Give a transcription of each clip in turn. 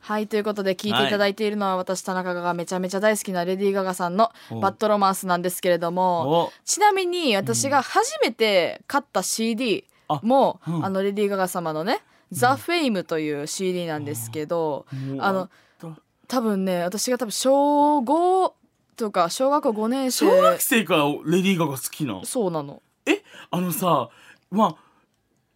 はいということで聞いていただいているのは私田中がめちゃめちゃ大好きなレディー・ガガさんの「おバッドロマンス」なんですけれどもおちなみに私が初めて買った CD あも、うんあのレディー・ガガ様のね「ザ・フェイムという CD なんですけど、あの多分ね私が多分小5とか小学校5年生小学生からレディー・ガガ好きなのそうなのあのさまあ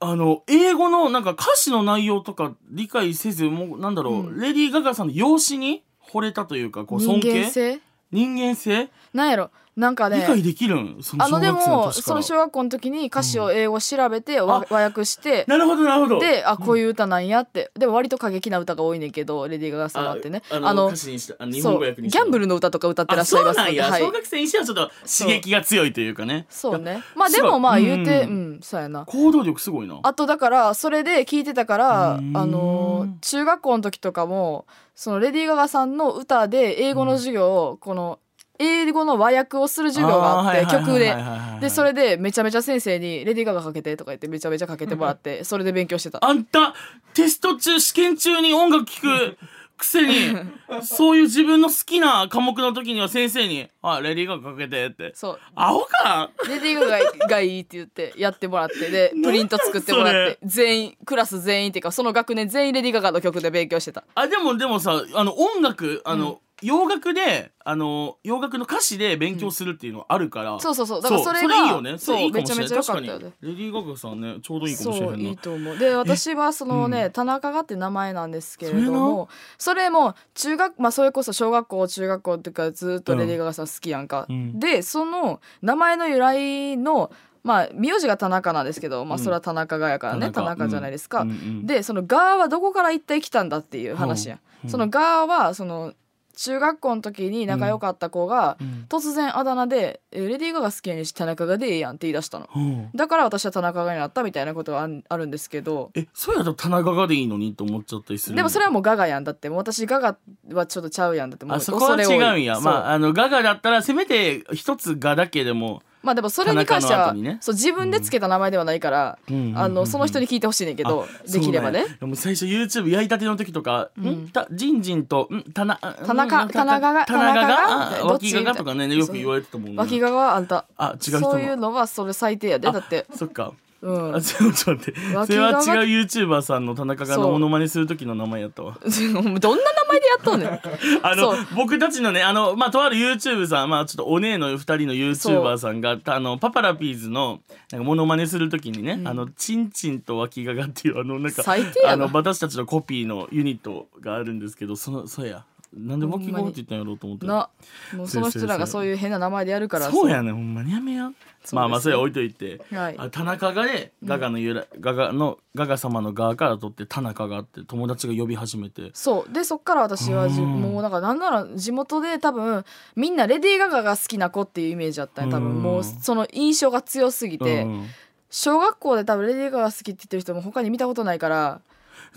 あの英語のなんか歌詞の内容とか理解せずもうなんだろう、うんレディー・ガガさんの容姿に惚れたというかこう人間尊敬性人間性なんやろなんか理ね解できるんそのあ小ので学生のも年そかのら小学校の時に歌詞を英語調べて和あ和訳してなるほどなるほどであこういう歌なんやってで割と過激な歌が多いねんけどレディー・ガガ様ってねあの歌詞にしたあの日本そう語ギ訳にャンブルルの歌とか歌ってらっしゃいますそのうなんでや、はい小学生にしてはちょっと刺激が強いというかねそうねだまあですごもいまあ言うてううんんそうやな行動力すごいなあとだからそれで聞いてたからうあーんの中学校の時とかもそのレディー・ガガさんの歌で英語の授業をこの英語の和訳をする授業があって曲ででそれれでめちゃめちゃ先生に「レディー・ガガかけて」とか言ってめちゃめちゃかけてもらってそれで勉強してたあんたテスト中試験中に音楽聴くく せにそういう自分の好きな科目の時には先生に「あレディー・ガガかけて」ってそうアホかレディー・ガガがいいって言ってやってもらって でプリント作ってもらって全員クラス全員っていうかその学年全員レディー・ガガの曲で勉強してたあでもでもさあの音楽あの、洋楽であの洋楽の歌詞で勉強するっていうのはあるから、そうそうそうだからそれがれいいよねそれいいかめもちゃしめれないちゃ良確かかったによレねディー・ガガさんねちょうどいいかもしれへそうんいいなと思うで私はそのね、田中がって名前なんですけれどもそれも中学まあそれこそ小学校中学校っていうかずっとレディー・ガガさん好きやんか、うんでその名前の由来のまあ名字が田中なんですけどまあそれは田中がやからね、田中じゃないですか、うんうんでその「ガー」はどこから一体来たんだっていう話や、うんん、その「ガー」はその中学校の時に仲良かった子がうん突然あだ名で「えレディー・ガガ好きやにし田中がでええやん」って言い出したの。うんだから私は田中がになったみたいなことはあんあるんですけどえそうやったら田中がでいいのにって思っちゃったりするでもそれはもうガガやんだってもう私ガガはちょっとちゃうやんだってもうあそこは違うんやそうまああのガガだったらせめて一つガだけでも、まあでもそれに関して田中のは、後にねそう自分でつけた名前ではないから、あのその人に聞いてほしいねんけどあできればそねうなんやでも最初 YouTube 焼いたての時とか「んたジンジン」と「ん田中田中田中が田田中中ががあどっ脇ちがが」とかねよく言われてたもんね脇がはあんたあ違う人もそういうのはそれ最低やでだってそっかうあんちょちょっと待ってそれは違う YouTuber さんの田中がのモノマネする時の名前やったわ どんな名前でやっとんねん あのそう僕たちのねあのまあとある YouTube さんまあちょっとお姉の2人の YouTuber さんがあのパパラピーズのなんかモノマネする時にね、あのチンチンと脇ががっていうあのなんか最低やなあの私たちのコピーのユニットがあるんですけどそのそうやなんで脇がって言ったんやろうと思ってなもうその人らがそういう変な名前でやるからそうやねほんまにやめやすねまあまあそれは置いといて、はいあ田中がねガガの由来、ガガのガガ様の側から取って田中があって友達が呼び始めてそうでそっから私はじうんもうなんかなんなら地元で多分みんなレディー・ガガが好きな子っていうイメージだったね多うん分もうその印象が強すぎて、うん小学校で多分レディー・ガガ好きって言ってる人も他に見たことないから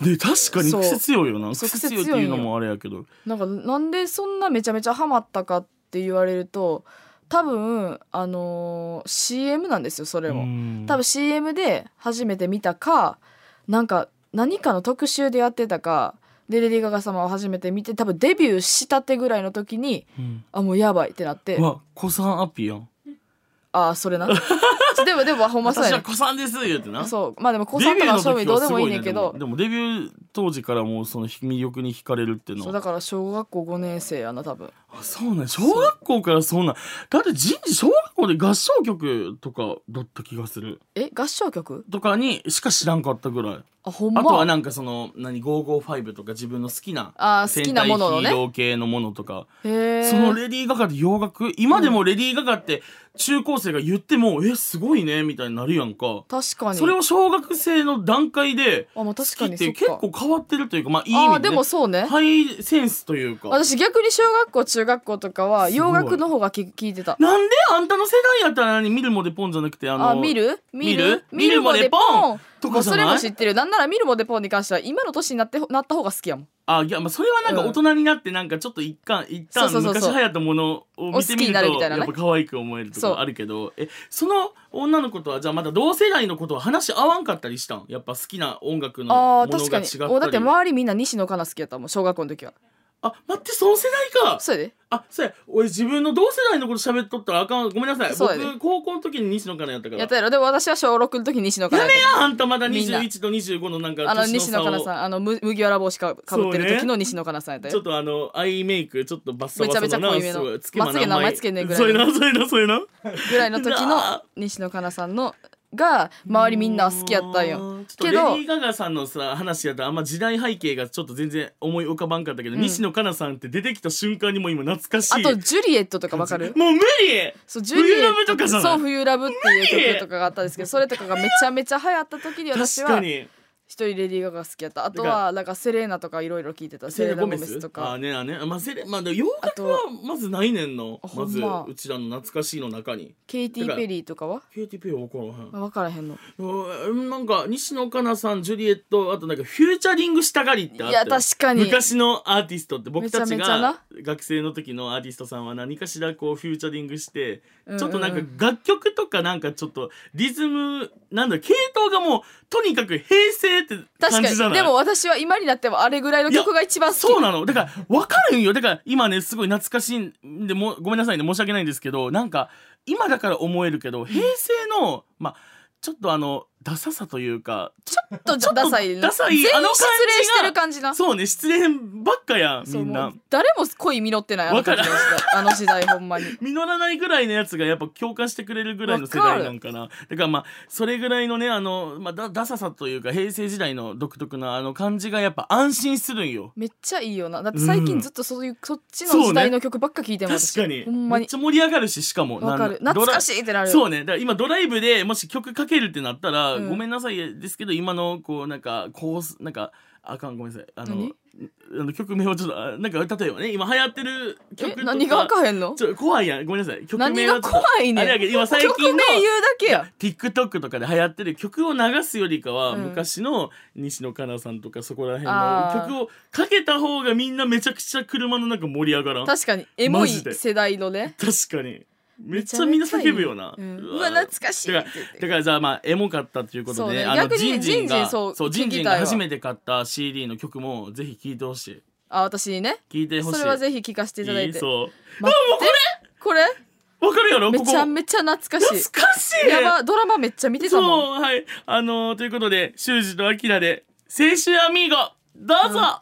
で確かにそう癖強いよなそう癖強いっていうのもあれやけどなんかなんでそんなめちゃめちゃハマったかって言われると多分あのー CM なんですよそれも。多分 CM で初めて見たかなんか何かの特集でやってたかでレディー・ガガ様を初めて見て多分デビューしたてぐらいの時にうんあもうやばいってなってうわ子さんアピやんああそれな でもでもほんまそう私やはね子さんです言うてなそうまあでも子さんとかのデ賞ビ味ューどうの時はですもごいいねんけどでもデビュー当時からもうその魅力に惹かれるっていうのそうはだから小学校5年生やな多分あそうなん小学校からそうなんだって人事小学校で合唱曲とかだった気がするえ合唱曲とかにしか知らんかったぐらい、あほんあとはまなんかその何555とか自分の好きなあー好きなもののね戦隊ヒーロー系のものとかへえそのレディー・ガガで洋楽今でもレディー・ガガって中高生が言っても、えすごいねみたいになるやんか確かにそれを小学生の段階であもう好確きかっにてそっ結か構変わってるというかまあいい意あ味あで,、でもそうねハイセンスというか私逆に小学校中学校とかはすごい洋楽の方が聞聞いてたなんであんたの世代やったら何見るもでポンじゃなくてあのあ見る見見るる見るもでポン見るもでポンとかじゃないもうそれも知ってるなんなら見るもでポンに関しては今の年になってなった方が好きやもんあいやまあそれはなんかうん大人になってなんかちょっと一旦一旦そうそうそう昔そう流行ったものを見てみお好きるにとなるみたいなやねっぱ可愛く思えるとそうかあるけどえその女の子とはじゃあまだ同世代のことは話し合わんかったりしたんやっぱ好きな音楽のあものあが違確ったかりにおだってあ周りみんな西野カナ好きやったもん小学校の時は待ってその世代かそうやであそうや俺自分の同世代のこと喋っとったらあかんごめんなさいそうやで僕高校の時に西野カナやったからやったやろでも私は小6の時西野カナやったあんたまだみんな21と25のなんかあの年西野差をカナさんあのむ麦わら帽子かかぶってる時の西野カナさんやったちょよっ、とあのアイメイクちょっとバッサバサめちゃめちゃ濃いめのすごいつけままつげ名前つけんねんぐらいそうやなそうやなそうやなぐらいの時の西野カナさんのが周りみんな好きやったんよもうちょっとけどレディー・ガガさんのさ話やったらあんま時代背景がちょっと全然思い浮かばんかったけど、うん西野カナさんって出てきた瞬間にもう今懐かしいあとジュリエットとかわかるもう無理そうジュリエット冬ラブとかじゃないそう冬ラブっていう曲とかがあったんですけどそれとかがめちゃめちゃ流行った時に私確はかに一人レディー・ガガが好きやったあとだかはなんかセレーナとかいろいろ聞いてたセレーナ・ゴメスとあーかねあーねまあセレまあでも洋あ楽はとまずないねんのあほまんずまうちらの懐かしいの中にケイティ・ペリーとかは KTP は分からへん分からへんのうんなんか西野カナさんジュリエットあとなんかフューチャリングしたがりってあっいたやよ確かに昔のアーティストって僕たちめちゃめちゃがな学生の時のアーティストさんは何かしらこうフューチャリングしてうんうんちょっとなんか楽曲とかなんかちょっとリズムなんだ系統がもうとにかく平成って確感じじかゃになでいも私は今になってもあれぐらいの曲が一番好きそうなのだから分かるんよだから今ねすごい懐かしいんでもうごめんなさいね申し訳ないんですけどなんか今だから思えるけど平成のまあちょっとあのダサさというかちょっとダサいダサい全員あの感じ失が礼してる感じなそうね失恋ばっかやんそみうんもなう誰も恋実ってないあの時の時代あの時代ほんまに実らないぐらいのやつがやっぱ共感してくれるぐらいの世代なんかなだからまあそれぐらいのねあの、まあ、だダサさというか平成時代の独特なあの感じがやっぱ安心するんよめっちゃいいよなだって最うん近ずっとそういう、そっちそうのね時代の曲ばっか聴いても確私かにほんまめっにちゃ盛り上がるししかもわかるなん懐かドしいってなラるそうねだから今ドライブでもし曲かけるってなったら、うんごめんなさいですけど今のこうなんかこうすなんかあかんごめんなさいあの何あの曲名をちょっとあなんか例えばね今流行ってる曲えとか何がわかへんのちょ怖いやんごめんなさい曲何名をがちょっと怖いねあれやんけど今最曲近の名言うだけや TikTok とかで流行ってる曲を流すよりかは、うん昔の西野カナさんとかそこらあ辺ーの曲をかけた方がみんなめちゃくちゃ車の中盛り上がらん確確かにエモいマジで世代のねかにめっちゃみんな叫ぶよなめちゃめちゃいいうんううわわ懐かしいだかだからじゃあまあエモかったということそうで、ねあの逆にジンジンがジンジンそうジンジン聞きたがいわ初めて買った CD の曲もぜひ聴いてほしいあ私にね聴いてほしいそれはぜひ聴かせていただいていいそう待ってこれわかるやろめここちゃめちゃ懐かし懐かしいいやばドラマめっちゃ見てたもんそう、はい。あのーということで、修二とアキラで、青春アミーゴ、どうぞ、